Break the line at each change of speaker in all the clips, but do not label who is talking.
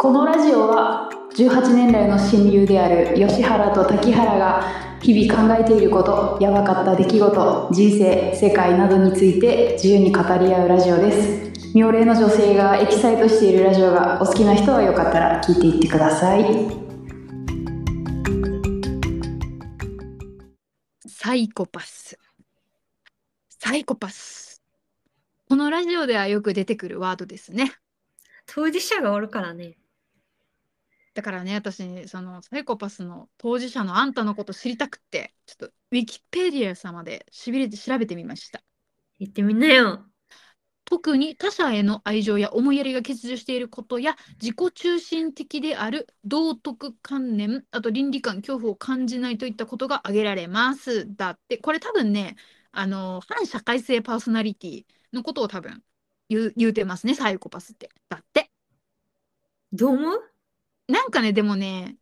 このラジオは18年来の親友である吉原と滝原が日々考えていることやばかった出来事人生世界などについて自由に語り合うラジオです妙齢の女性がエキサイトしているラジオがお好きな人はよかったら聞いていってください
サイコパス。サイコパス。このラジオではよく出てくるワードですね。
当事者がおるからね。
だからね、私、そのサイコパスの当事者のあんたのこと知りたくって、ちょっとウィキペディア様でしびれて調べてみました。
言ってみなよ。
特に他者への愛情や思いやりが欠如していることや自己中心的である道徳観念あと倫理観恐怖を感じないといったことが挙げられますだってこれ多分ねあの反社会性パーソナリティのことを多分言う言うてますねサイコパスってだって
どう思う
なんかねでもね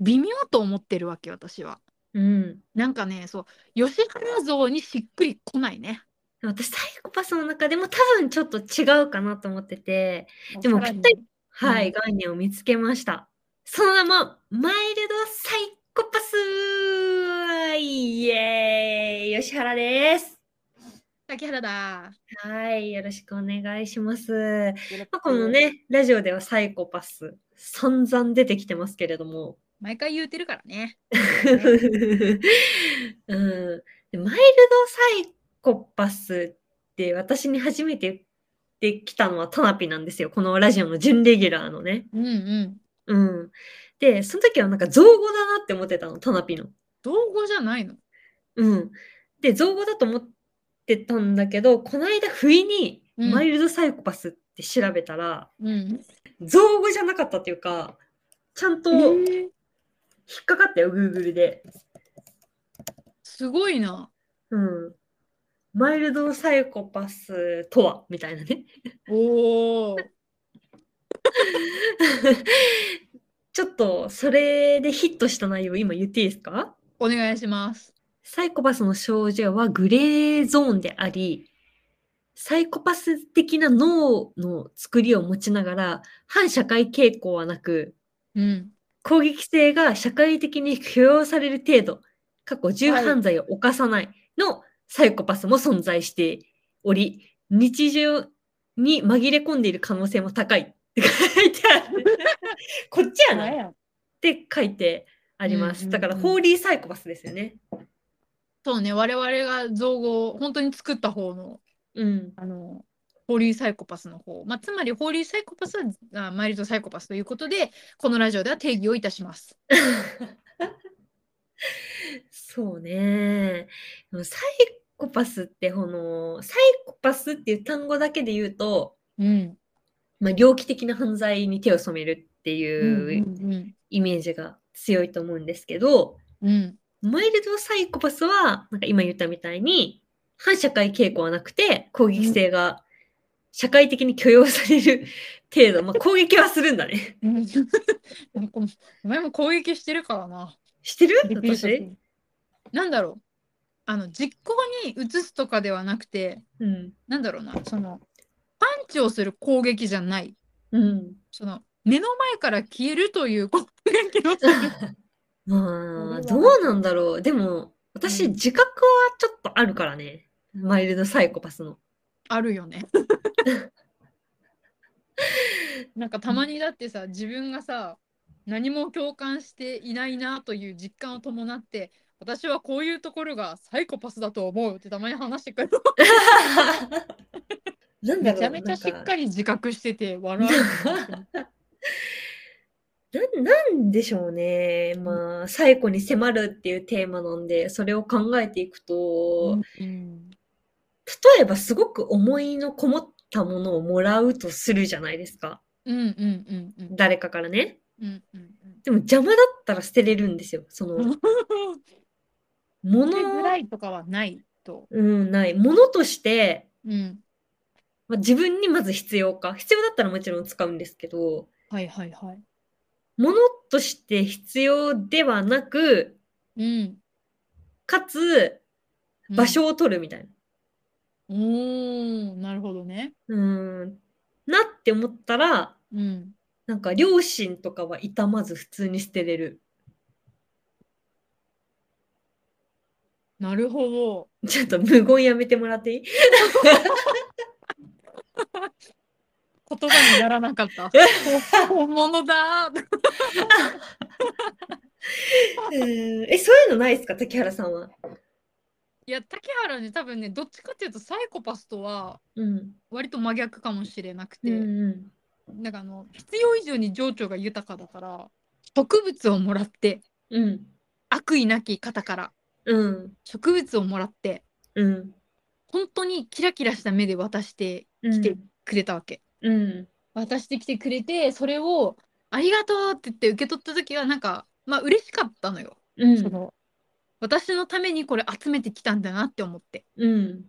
微妙と思ってるわけ私は
うん。
なんかねそう吉原像にしっくりこないね
私、サイコパスの中でも多分ちょっと違うかなと思ってて、でも
さらに
ぴったりはい、
うん
概念を見つけました。その名も、マイルドサイコパスイエーイ吉原です。
竹原だ
はい、よろしくお願いします。まあ、このね、ラジオではサイコパス、散々出てきてますけれども、
毎回言うてるからね
うん、でマイルドサイコパスって私に初めて言ってきたのはタナピなんですよ。このラジオの準レギュラーのね。
うんうん
うん。で、その時はなんか造語だなって思ってたの、タナピの。
造語じゃないの
うん。で、造語だと思ってたんだけど、この間不意に
うん
マイルドサイコパスって調べたら、
うん。
造語じゃなかったっていうか、ちゃんと引っかかったよ、Google で。
すごいな。
うん。マイルドサイコパスとはみたいなね。
おお。
ちょっとそれでヒットした内容今言っていいですか
お願いします。
サイコパスの症状はグレーゾーンであり、サイコパス的な脳の作りを持ちながら、反社会傾向はなく、
うん。
攻撃性が社会的に許容される程度、過去重
はい
犯罪を犯さないのサイコパスも存在しており、日常に紛れ込んでいる可能性も高いって書いて ある。こっちやないっ
や
て書いてあります。
うんうんう
だ
ん
から、ホーリーサイコパスですよね。
そうね、我々が造語を本当に作った方の、
うん。
あの、ホーリーサイコパスの方。まあ、つまりホーリーサイコパスはあマイルドサイコパスということで、このラジオでは定義をいたします。
そうね。でもサイコパスって、この、サイコパスっていう単語だけで言うと、
うん。
まあ、猟奇的な犯罪に手を染めるって
う
いう
うん。
イメージが強いと思うんですけど、
うん。
マイルドサイコパスは、なんか今言ったみたいに、反社会傾向はなくて、攻撃性が社会的に許容される程度、まあ攻撃はするんだ ね。
うん。なんかお前も攻撃してるからな。
してる
リピートす
私
るなんだろう。あの、実行に移すとかではなくて、
うん。
なんだろうな、その、パンチをする攻撃じゃない、
うん。
その、目の前から消えるという 攻撃の
まあ、
そ
ど
れ
う
は
なんだろう。でも、
う
私、
ん
自覚はちょっとあるからね。マイルドサイコパ スの。
あるよ ね。なんかたまにだってさ、自分がさ、何も共感していないなという実感を伴って、私はこういうところがサイコパスだと思うってたまに話してくる。
なん
め
だろう。
ちゃめちゃしっかり自覚してて笑
なんなんでしょうね。まあ、最後に迫るっていうテーマなんで、それを考えていくと、
う。うん
例えばすごく思いのこもったものをもらうとするじゃないですか。
うんうんうんうん
誰かからね。
うんうんうん。
でも邪魔だったら捨てれるんですよ。 その、も
それぐ
の、
らいとかはないと。
うん、ない。ものとして、
うん。
まあ、自分にまず必要か。必要だったらもちろん使うんですけど、
はいはいはい。
ものとして必要ではなく、
うん。
かつ、
うん
場所を取るみたいな。
おー、なるほどね。
うーん。なって思ったら、
うん。
なんか両親とかは痛まず普通に捨てれる。
なるほど。
ちょっと無言やめてもらっていい
言葉にならなかった。本物だー。
うーんえ、そういうのないですか竹原さんは。
いや、竹原ね、多分ね、どっちかっていうとサイコパスとは
うん。
割と真逆かもしれなくて、
うん
なんかあの、必要以上に情緒が豊かだから、植物をもらって、
うん。うん。
悪意なき方から
うん。
植物をもらって、
うん。
本当にキラキラした目で渡して
う
来
ん
てくれたわけ。
うん。
渡してきてくれてそれを「ありがとう」って言って受け取った時はなんかまあ嬉しかったのよ、
うん。
その私のためにこれ集めてきたんだなって思って
うん。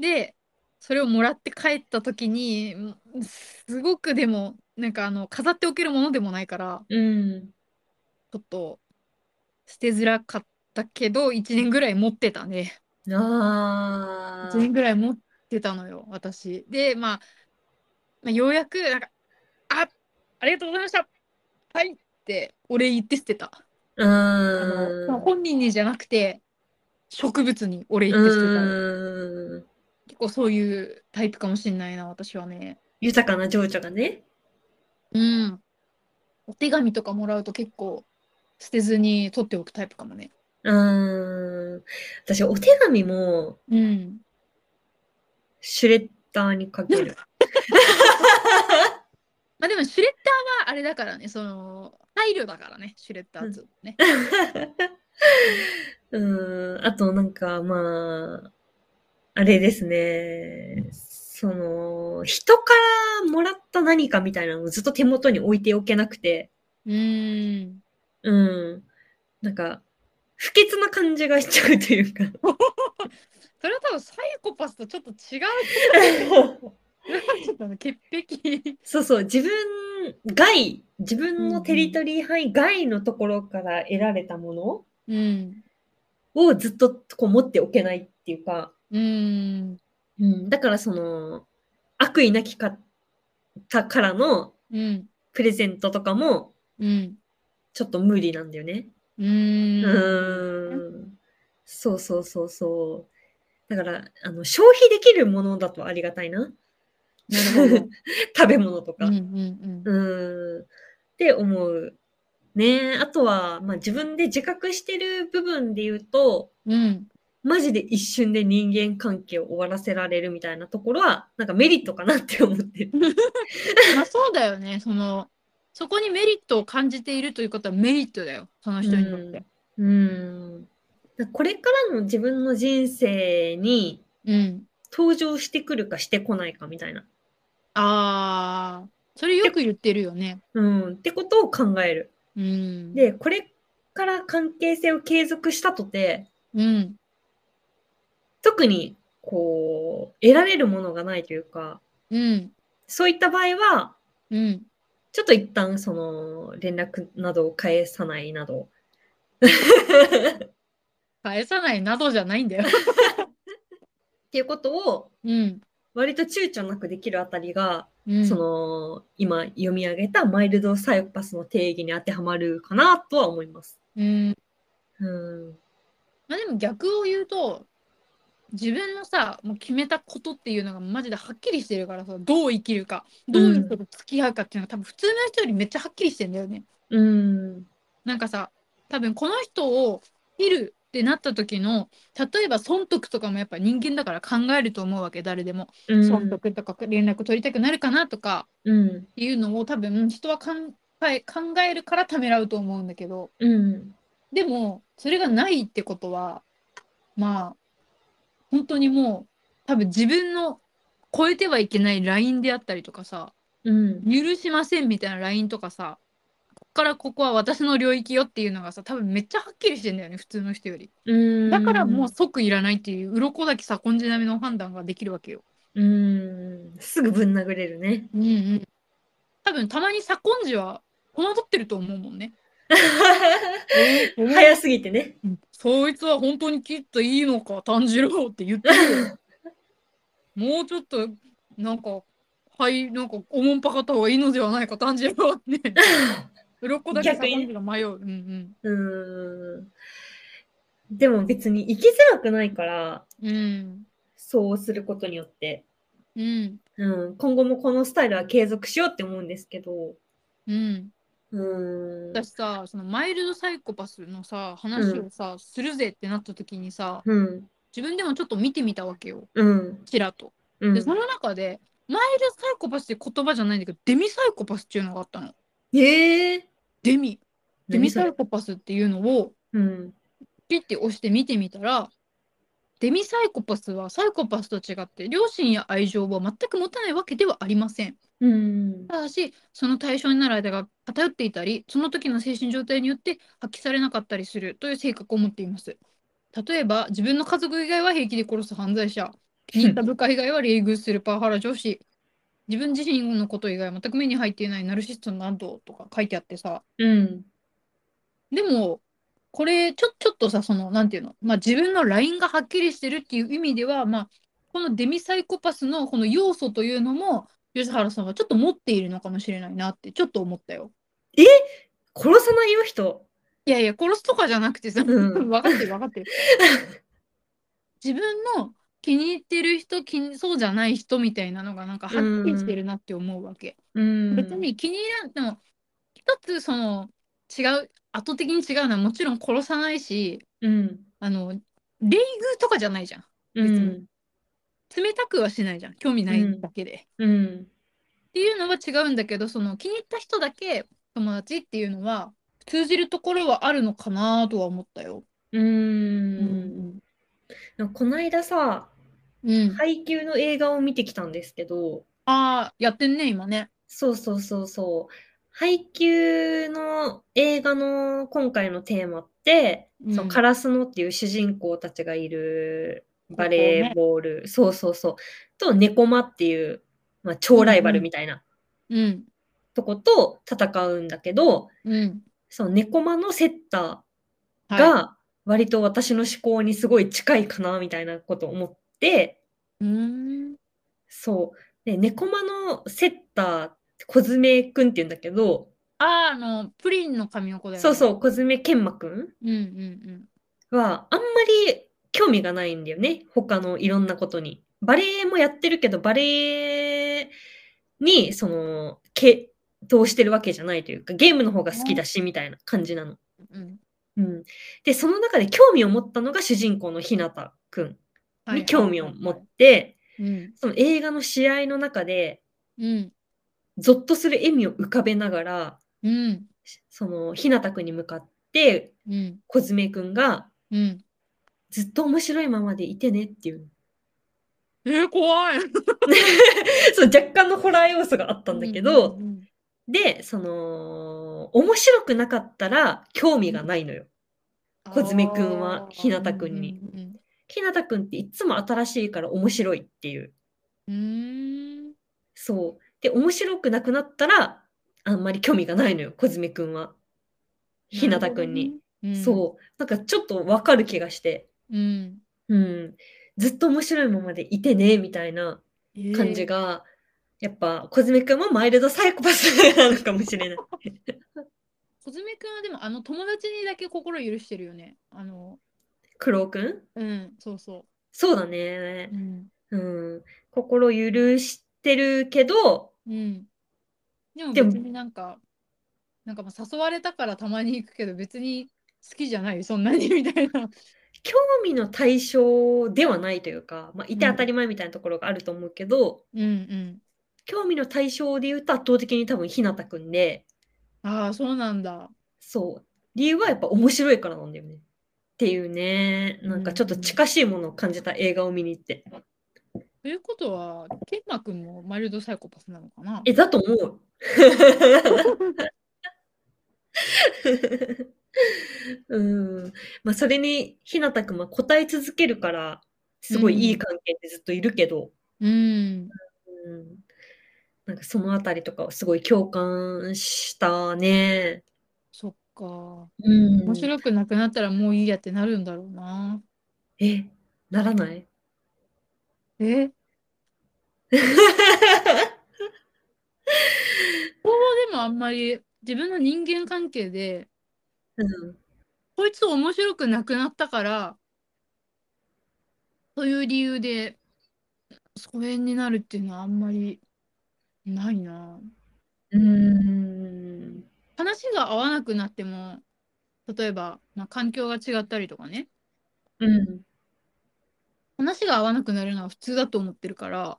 でそれをもらって帰った時にんすごくでもなんかあの飾っておけるものでもないから
うん。
ちょっと捨てづらかったけど1年ぐらい持ってたね
あ
1
ー
年ぐらい持ってたのよ私で、まあ、まあようやくなんか「あありがとうございましたはい」ってお礼言って捨てた
う
あの
ーん。
本人にじゃなくて植物にお礼言って捨てた、
うーん。
結構そういうタイプかもしれないな私はね
豊かな情緒がね。
うんお手紙とかもらうと結構捨てずに取っておくタイプかもね
うーん。私、お手紙も
うん
シュレッダーにかける。
まあでもシュレッダーはあれだからねその配慮だからねシュレッダーズね、
うーん。あと、なんか、まあ、あれですね。その、人からもらった何かみたいなのをずっと手元に置いておけなくて、
うーん
うん。なんか、不潔な感じがしちゃうというか。
それは多分サイコパスとちょっと違う。ちょっとあの潔癖。
そうそう、自分外、自分のテリトリー範囲外のところから得られたもの
うん。
をずっとこう持っておけないっていうか、
うん。
うん、だからその、悪意なき方からの
うん。
プレゼントとかも
うん。
ちょっと無理なんだよね。
う。
うんーん。そうそうそうそう。だから、あの、消費できるものだとありがたいな。
なるほど。
食べ物とか。
うん。うん。うん。
うーんって思う。ねあとは、まあ、自分で自覚してる部分で言うと、
うん。
マジで一瞬で人間関係を終わらせられるみたいなところは、なんかメリットかなって思ってる。
まあ、そうだよね。その。そこにメリットを感じているということはメリットだよ。その人にとって。
うーん。これからの自分の人生に
うん。
登場してくるかしてこないかみたいな。
ああ。それよく言ってるよね。
うん。ってことを考える。
うん。
で、これから関係性を継続したとて、
うん。
特に、こう、得られるものがないというか、
うん。
そういった場合は、
うん。
ちょっと一旦その連絡などを返さないなど。
返さないなどじゃないんだよ。
っていうことを
うん。
割と躊躇なくできるあたりが、
うん。
その今読み上げたマイルドサイコパスの定義に当てはまるかなとは思います。
うん。
うん。
まあでも逆を言うと自分のさもう決めたことっていうのがマジではっきりしてるからさどう生きるかどういう人と付き合うかっていうのが、多分普通の人よりめっちゃはっきりしてんだよね。
うん。
なんかさ多分この人を見るってなった時の例えば損得とかもやっぱ人間だから考えると思うわけ誰でも、
うん。
損得とか連絡取りたくなるかなとか
うん。
っていうのを多分人は考え考えるからためらうと思うんだけど
うん。
でもそれがないってことはまあ本当にもう多分自分の超えてはいけないラインであったりとかさ
うん。
許しませんみたいなラインとかさこっからここは私の領域よっていうのがさ多分めっちゃはっきりしてんだよね普通の人より
うん。
だからもう即いらないっていう鱗だけさこんじなみの判断ができるわけよ
うん。すぐぶん殴れるね。
うんうん多分たまにさこんじは戸惑ってると思うもんね
早すぎてね。
そいつは本当に切っていいのか炭治郎って 言ってるよもうちょっとなんかはいなんかおもんぱかった方がいいのではないか炭治郎 って鱗だけ
逆にね
坂道が迷う、うんうん
うーん。でも別に生きづらくないから、
うん
そうすることによって。
うん
うん、今後もこのスタイルは継続しようって思うんですけど。
うん
うーん。
私さそのマイルドサイコパスのさ話をさ、するぜってなった時にさ
うん。
自分でもちょっと見てみたわけよ
うん。
ちらっと
うん
で、その中で、マイルサイコパスって言葉じゃないんだけど、デミサイコパスっていうのがあったの。
ええ
デミ。デミサイ
ル。
コパスっていうのを、
うん。
ピッて押して見てみたら、デミサイコパスはサイコパスと違って、両親や愛情を全く持たないわけではありません。
うん。
ただし、その対象になる間が偏っていたり、その時の精神状態によって発揮されなかったりするという性格を持っています。例えば、自分の家族以外は平気で殺す犯罪者、気に入った部下以外は冷遇するパワハラ上司、自分自身のこと以外は全く目に入っていないナルシストなどとか書いてあってさ、
うん。
でも、これ、ちょ、ちょっとさ、その、なんていうの、まあ、自分のラインがはっきりしてるっていう意味では、まあ、このデミサイコパスのこの要素というのも、吉原さんはちょっと持っているのかもしれないなって、ちょっと思ったよ。
殺さないよ、人。
いやいや、殺すとかじゃなくてさ、
う
分
ん
かってる分かってる。自分の気に入ってる人、気にそうじゃない人みたいなのが、なんかはっきりしてるなって思うわけ。
うん。
別に気に入らん、でも、一つその、違う、圧倒的に違うのはもちろん殺さないし、
うん。
あの、礼遇とかじゃないじゃん。
う
別
ん
に。冷たくはしないじゃん。興味ないだけで。っ
うん。
ていうのは違うんだけど、その気に入った人だけ友達っていうのは通じるところはあるのかなとは思ったよ。
うん。なんかこの間さ、
うん。
配給の映画を見てきたんですけど、
ああ、やってんね、今ね。
そうそうそうそう。配給の映画の今回のテーマって、
うん
そのカラスノっていう主人公たちがいるバレーボール、そうそうそう、とネコマっていう、まあ、超ライバルみたいな
うん。
とこと戦うんだけど、
うん。
そのネコマのセッター
は
が割と私の思考にすごい近いかなみたいなことを思って、
い、うーん。
そう。で、猫マのセッター、コズメくんって言うんだけど、
あーあの、プリンの髪の子だよね。
そうそう、コズメケンマくん
うんうん
は、あんまり興味がないんだよね。他のいろんなことに。バレエもやってるけど、バレエに、その、け、どうしてるわけじゃないというか、ゲームの方が好きだし、みたいな感じなの。
うん。うん。
うん。で、その中で興味を持ったのが主人公のひなたくん
はい
に興味を持
はい
っ。て、
うん。
その映画の試合の中で、
うん。
ゾッとする笑みを浮かべながら、
うん。
その、ひなたくんに向かって、
うん。
コズメくんが、
うん。
ずっと面白いままでいてねっていう。
えー、怖い。
そう、若干のホラー要素があったんだけど、
うんうん
で、その、面白くなかったら興味がないのよ。
うん、
小爪くんは
あー
ひなたくんに。
うんうん
ひなたくんっていつも新しいから面白いっていう。
うん。う
そう。で、面白くなくなったら、あんまり興味がないのよ、小爪くんは。
ーん
ひなたくんに。。
なるほどね
そう。なんかちょっとわかる気がして。
うん。うん
うん。ずっと面白いままでいてね、みたいな。
えー
感じが、やっぱ、コズミ君もマイルドサイコパスなのかもしれない。
小爪くんはでもあの友達にだけ心許してるよね。あの、
クロウ君
うん、そうそ
そうだ
う。
ね
う。ん。
うん。心許してるけど、
うん。でも
でも
別になんか、なんかまあ誘われたからたまに行くけど、別に好きじゃない、そんなにみたいな。
興味の対象ではないというか、まあ、いて当たり前みたいなところがあると思うけど、
うんうん。
興味の対象で言うと圧倒的に多分ひなたくんで、
ああ、そうなんだ。
そう。理由はやっぱ面白いからなんだよね。っていうね、なんかちょっと近しいものを感じた映画を見に行って。
ということは、ケンマくんもマイルドサイコパスなのかな
え、だと思う。うん。まあ、それに、ひなたくんは答え続けるから、すごいいい関係でずっといるけど、
うん。
うん。なんかそのあたりとかをすごい共感したね。
そっか。
うん
面白くなくなったらもういいやってなるんだろうな。
え、ならない
えここはでもあんまり自分の人間関係で、
うん
こいつ面白くなくなったから、という理由で疎遠になるっていうのはあんまりないな。
うん。
話が合わなくなっても、例えば、まあ、環境が違ったりとかね、
うん。
話が合わなくなるのは普通だと思ってるから、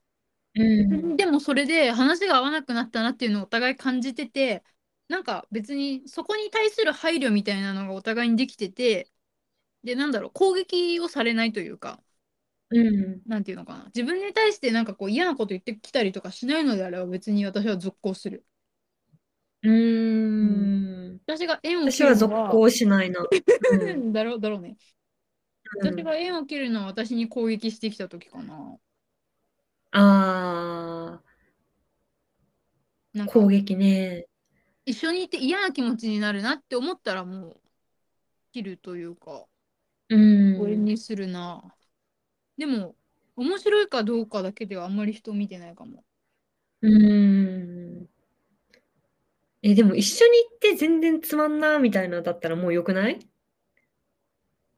うん。
でもそれで話が合わなくなったなっていうのをお互い感じてて、なんか別にそこに対する配慮みたいなのがお互いにできてて、で、なんだろう、攻撃をされないというか、
うん。
なんていうのかな、自分に対してなんかこう嫌なこと言ってきたりとかしないのであれば別に私は続行する。
うん。
私が縁を
私
切る
は
の
続
は、
行しないな。うん
だろう、だろうね。
うん
私が縁を切るのは私に攻撃してきた時かな。
あ
なん
あ、
か
攻撃ね。
一緒にいて嫌な気持ちになるなって思ったらもう切るというか。
う
これ
ん。
にするな。でも、面白いかどうかだけではあんまり人見てないかも。
うん。え、でも一緒に行って全然つまんなみたいなのだったらもう良くない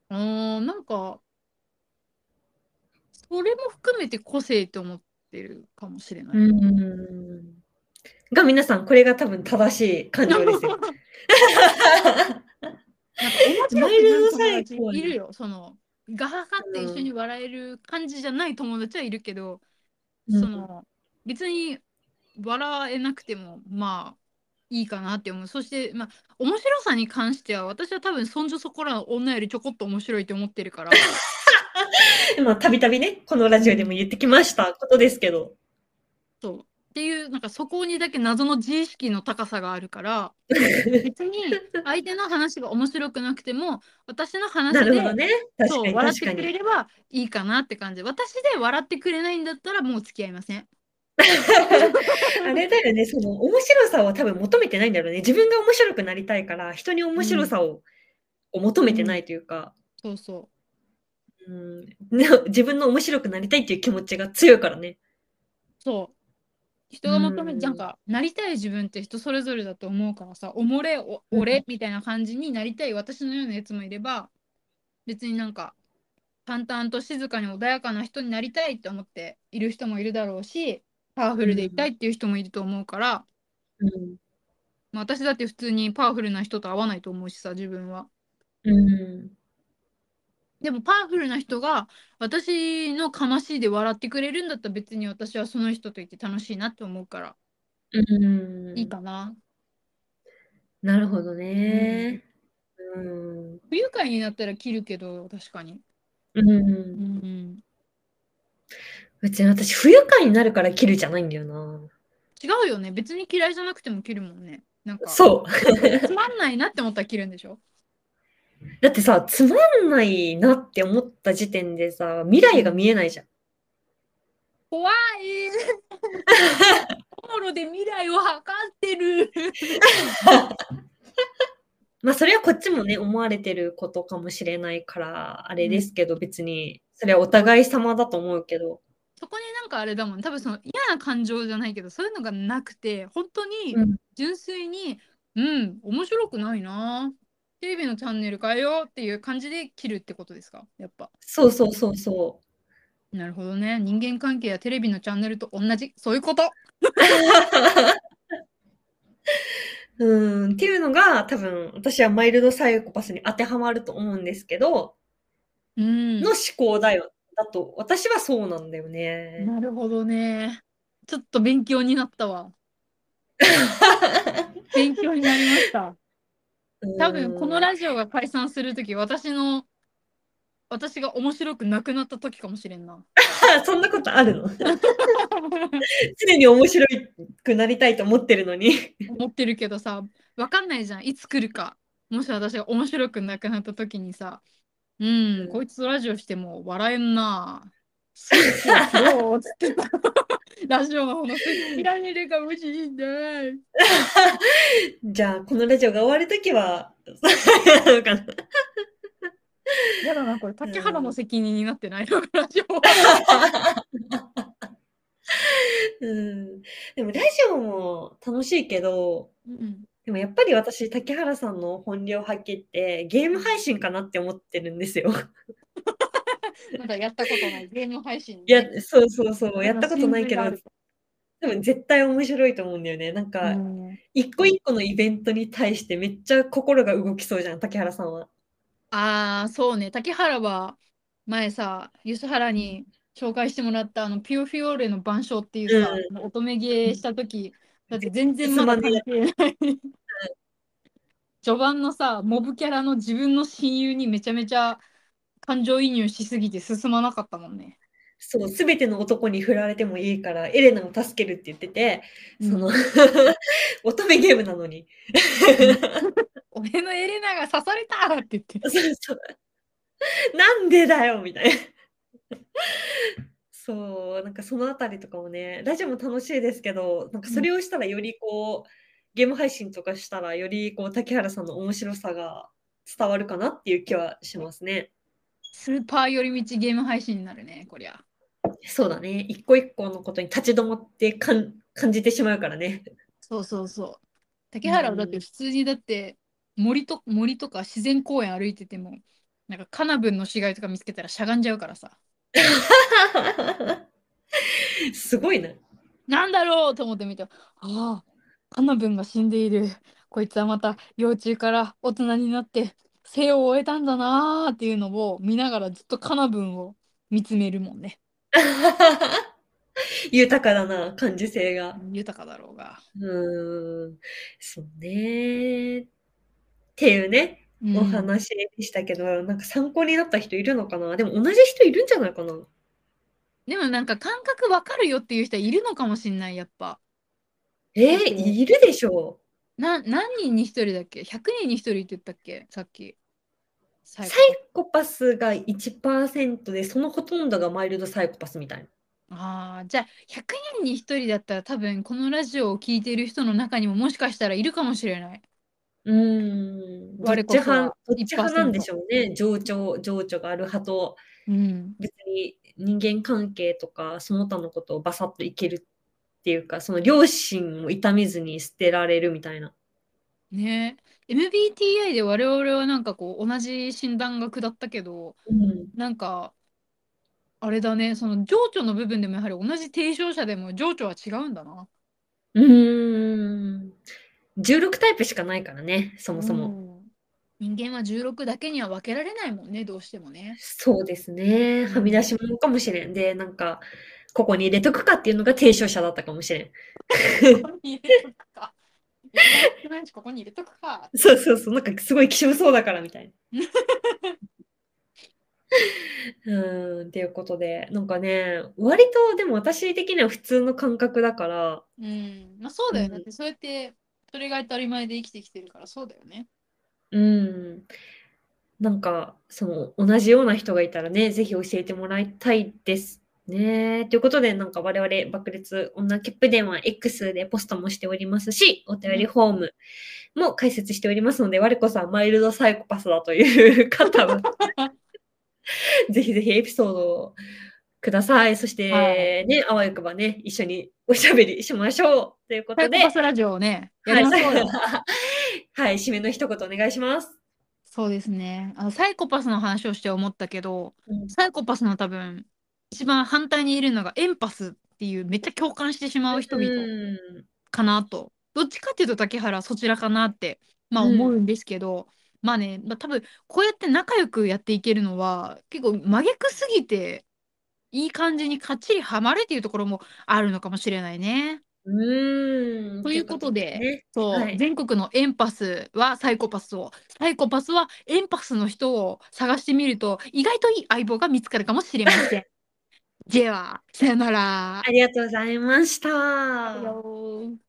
あーなんか、それも含めて個性と思ってるかもしれない。
うん。が皆さん、これが多分正しい感情です よ。
なんか面白くなる友達
マイルドサイコ
いるよ。その、ガハハって一緒に笑える感じじゃない友達はいるけど、
うん
その、別に笑えなくても、まあ、いいかなって思う。そして、まあ、面白さに関しては、私は多分、そんじょそこらの女よりちょこっと面白いって思ってる から、
まあ、たびたびね、このラジオでも言ってきましたことですけど。
そう。っていう、なんかそこにだけ謎の自意識の高さがあるから、別に相手の話が面白くなくても、私の話
なる
で、
ほどね。
そ
確か
う
に、
笑っ
確
て
か
くれ
に。
ればいいかなって感じ私で笑ってくれないんだったらもう付き合いません
あれだよね、その面白さは多分求めてないんだろうね。自分が面白くなりたいから、人に面白さを、を求めてないというか、
そうそ
うん、ね自分の面白くなりたいっていう気持ちが強いからね。
うそう人が求め
うん
なんかなりたい自分って人それぞれだと思うからさおもれお
うん
俺みたいな感じになりたい私のようなやつもいれば別になんか淡々と静かに穏やかな人になりたいって思っている人もいるだろうしパワフルでいたいっていう人もいると思うから、
うん。
まあ、私だって普通にパワフルな人と会わないと思うしさ自分は。
うん。
でもパワフルな人が私のかましいで笑ってくれるんだったら別に私はその人といて楽しいなって思うから
うん
いいかな。
なるほどね。うん。
不愉快になったら切るけど確かに。
うん
う。ん、
別に私、不愉快になるから切るじゃないんだよな。
違うよね別に嫌いじゃなくても切るもんね。なんか
そう。
つまんないなって思ったら切るんでしょ
だってさ、つまんないなって思った時点でさ、未来が見えないじゃん。
怖 い道路で未来を測ってる
まあ、それはこっちもね、思われてることかもしれないから、あれですけど、別に、それはお互い様だと思うけど。
そこになんかあれだもん多分その嫌な感情じゃないけどそういうのがなくて本当に
うん
純粋にうん面白くないなテレビのチャンネル変えようっていう感じで切るってことですかやっぱ
そうそうそうそ
なるほどね人間関係やテレビのチャンネルと同じそういうこと
う。うん、っていうのが、多分、私はマイルドサイコパスに当てはまると思うんですけど、
うん
の思考だよ。だと、私はそうなんだよね。
なるほどねちょっと勉強になった わ勉強になりました多分この
ラ
ラジオが解散する時私の私が面白くなくなった時かもしれんな
そんなことあるの常に面白くなりたいと思ってるのに。
思ってるけどさ分かんないじゃんいつ来るかもし私が面白くなくなった時にさうん、
うん
こいつとラジオしても笑えんなそうそうそうつってた ラジオの方の切られるかもしれない
じゃあ、このラジオが終わるときは、 なのかな
やだな、これ、竹原
う
の
ん
責任になって ないの、ラジオは。
うんでもラジオも楽しいけど、
うん
でもやっぱり私、竹原さんの本領発揮ってゲーム配信かなって思ってるんですよ。
まだやったことないゲーム配信ね。
いや、そうそうそう、
だ
やったことないけど
真、剣味が
でも絶対面白いと思うんだよね。なん
あ
か、
るうん
一個一個のイベントに対してめっちゃ心が動きそうじゃん、竹原さんは。
あー、そうね。竹原は、前さ、ユスハラに紹介してもらった、あの、ピューフィオーレの晩鐘っていうさ、
う
あの乙女芸した時だって全然まだ関係ない。序盤のさ、モブキャラの自分の親友にめちゃめちゃ感情移入しすぎて進まなかったもんね。
そう、すべての男に振られてもいいから、エレナを助けるって言ってて、その、
うん
乙女ゲームなのに。
俺のエレナが刺されたって言って。
そうそう。なんでだよみたいな。そう、なんかそのあたりとかもね、ラジオも楽しいですけど、なんかそれをしたらよりこう、ゲーム配信とかしたら、よりこう、竹原さんの面白さが伝わるかなっていう気はしますね。
スーパー寄り道ゲーム配信になるね、こりゃ。
そうだね。一個一個のことに立ち止まってかん感じてしまうからね。
そうそうそう。竹原はだっ
う
て
ん
普通にだって森と森とか自然公園歩いててもなんかカナブンの死骸とか見つけたらしゃがんじゃうからさ
すごいな。
なんだろうと思って見てああカナブンが死んでいるこいつはまた幼虫から大人になって生を終えたんだなーっていうのを見ながらずっとカナブンを見つめるもんね
豊かだな、感受性が。
豊かだろうが、
うーん、そうね。っていうね、
うん
お話でしたけど、なんか参考になった人いるのかなでも同じ人いるんじゃないかな
でもなんか感覚わかるよっていう人いるのかもしんないやっぱ
えー、いるでしょう。
な何人に1人だっけ ?100 人に1人って言ったっけさっき。最
サイ
後
コパスが1%で、そのほとんどがマイルドサイコパスみたいな。
ああ、じゃあ100人に1人だったら多分このラジオを聞いてる人の中にももしかしたらいるかもしれない。
うーん、どっ
我こ
ち
そは
派、どっち派なんでしょうね。情緒、情緒がある派と、
うん。
別に人間関係とか、その他のことをバサッといけるっていうか、その両親を痛めずに捨てられるみたいな。
ねえ MBTI で我々はなんかこう同じ診断が下ったけど、
うん
なんかあれだね、その情緒の部分でもやはり同じ提唱者でも情緒は違うんだな。
うーん。16タイプしかないからね、そもそも。
うん人間は16だけには分けられないもんね、どうしてもね。
そうですね。はみ出し物かもしれん。で、なんか、ここに入れとくかっていうのが提唱者だったかもしれん。
ここに入れとくか。いやここに入れとくか。
そうそうそう。なんかすごい希少そうだからみたい な。うーん、っていうことで、なんかね、割とでも私的には普通の感覚だから、
うん。まあそうだよね。
うん
だってそうやって、それが当たり前で生きてきてるからそうだよね。
うん。なんか、その、同じような人がいたらね、ぜひ教えてもらいたいですね。ということで、なんか我々、爆裂女切符伝は X でポストもしておりますし、お便りフォームも解説しておりますので、我こさん、マイルドサイコパスだという方 は、ぜひぜひエピソードをください。そして、
は
ね、あわよくばね、一緒におしゃべりしましょう。というこ
サ
と
イコ
で、
パスラジオをね、や
は
り
い、
ましょうよ。
はい、締めの一言お願いします。
そうですね。あの、サイコパスの話をして思ったけど、
うん
サイコパスの多分、一番反対にいるのがエンパスっていう、めっちゃ共感してしまう人々
うん
かなと。どっちかっていうと竹原はそちらかなって、まあ
うん
思うんですけど、まあね、まあ、多分こうやって仲良くやっていけるのは結構真逆すぎていい感じにかっちりハマるっていうところもあるのかもしれないね。
うーん。
ということで
ね、
そう、
はい
全国のエンパスはサイコパスを、サイコパスはエンパスの人を探してみると意外といい相棒が見つかるかもしれません。 では、さよなら。
ありがとうございました。
よー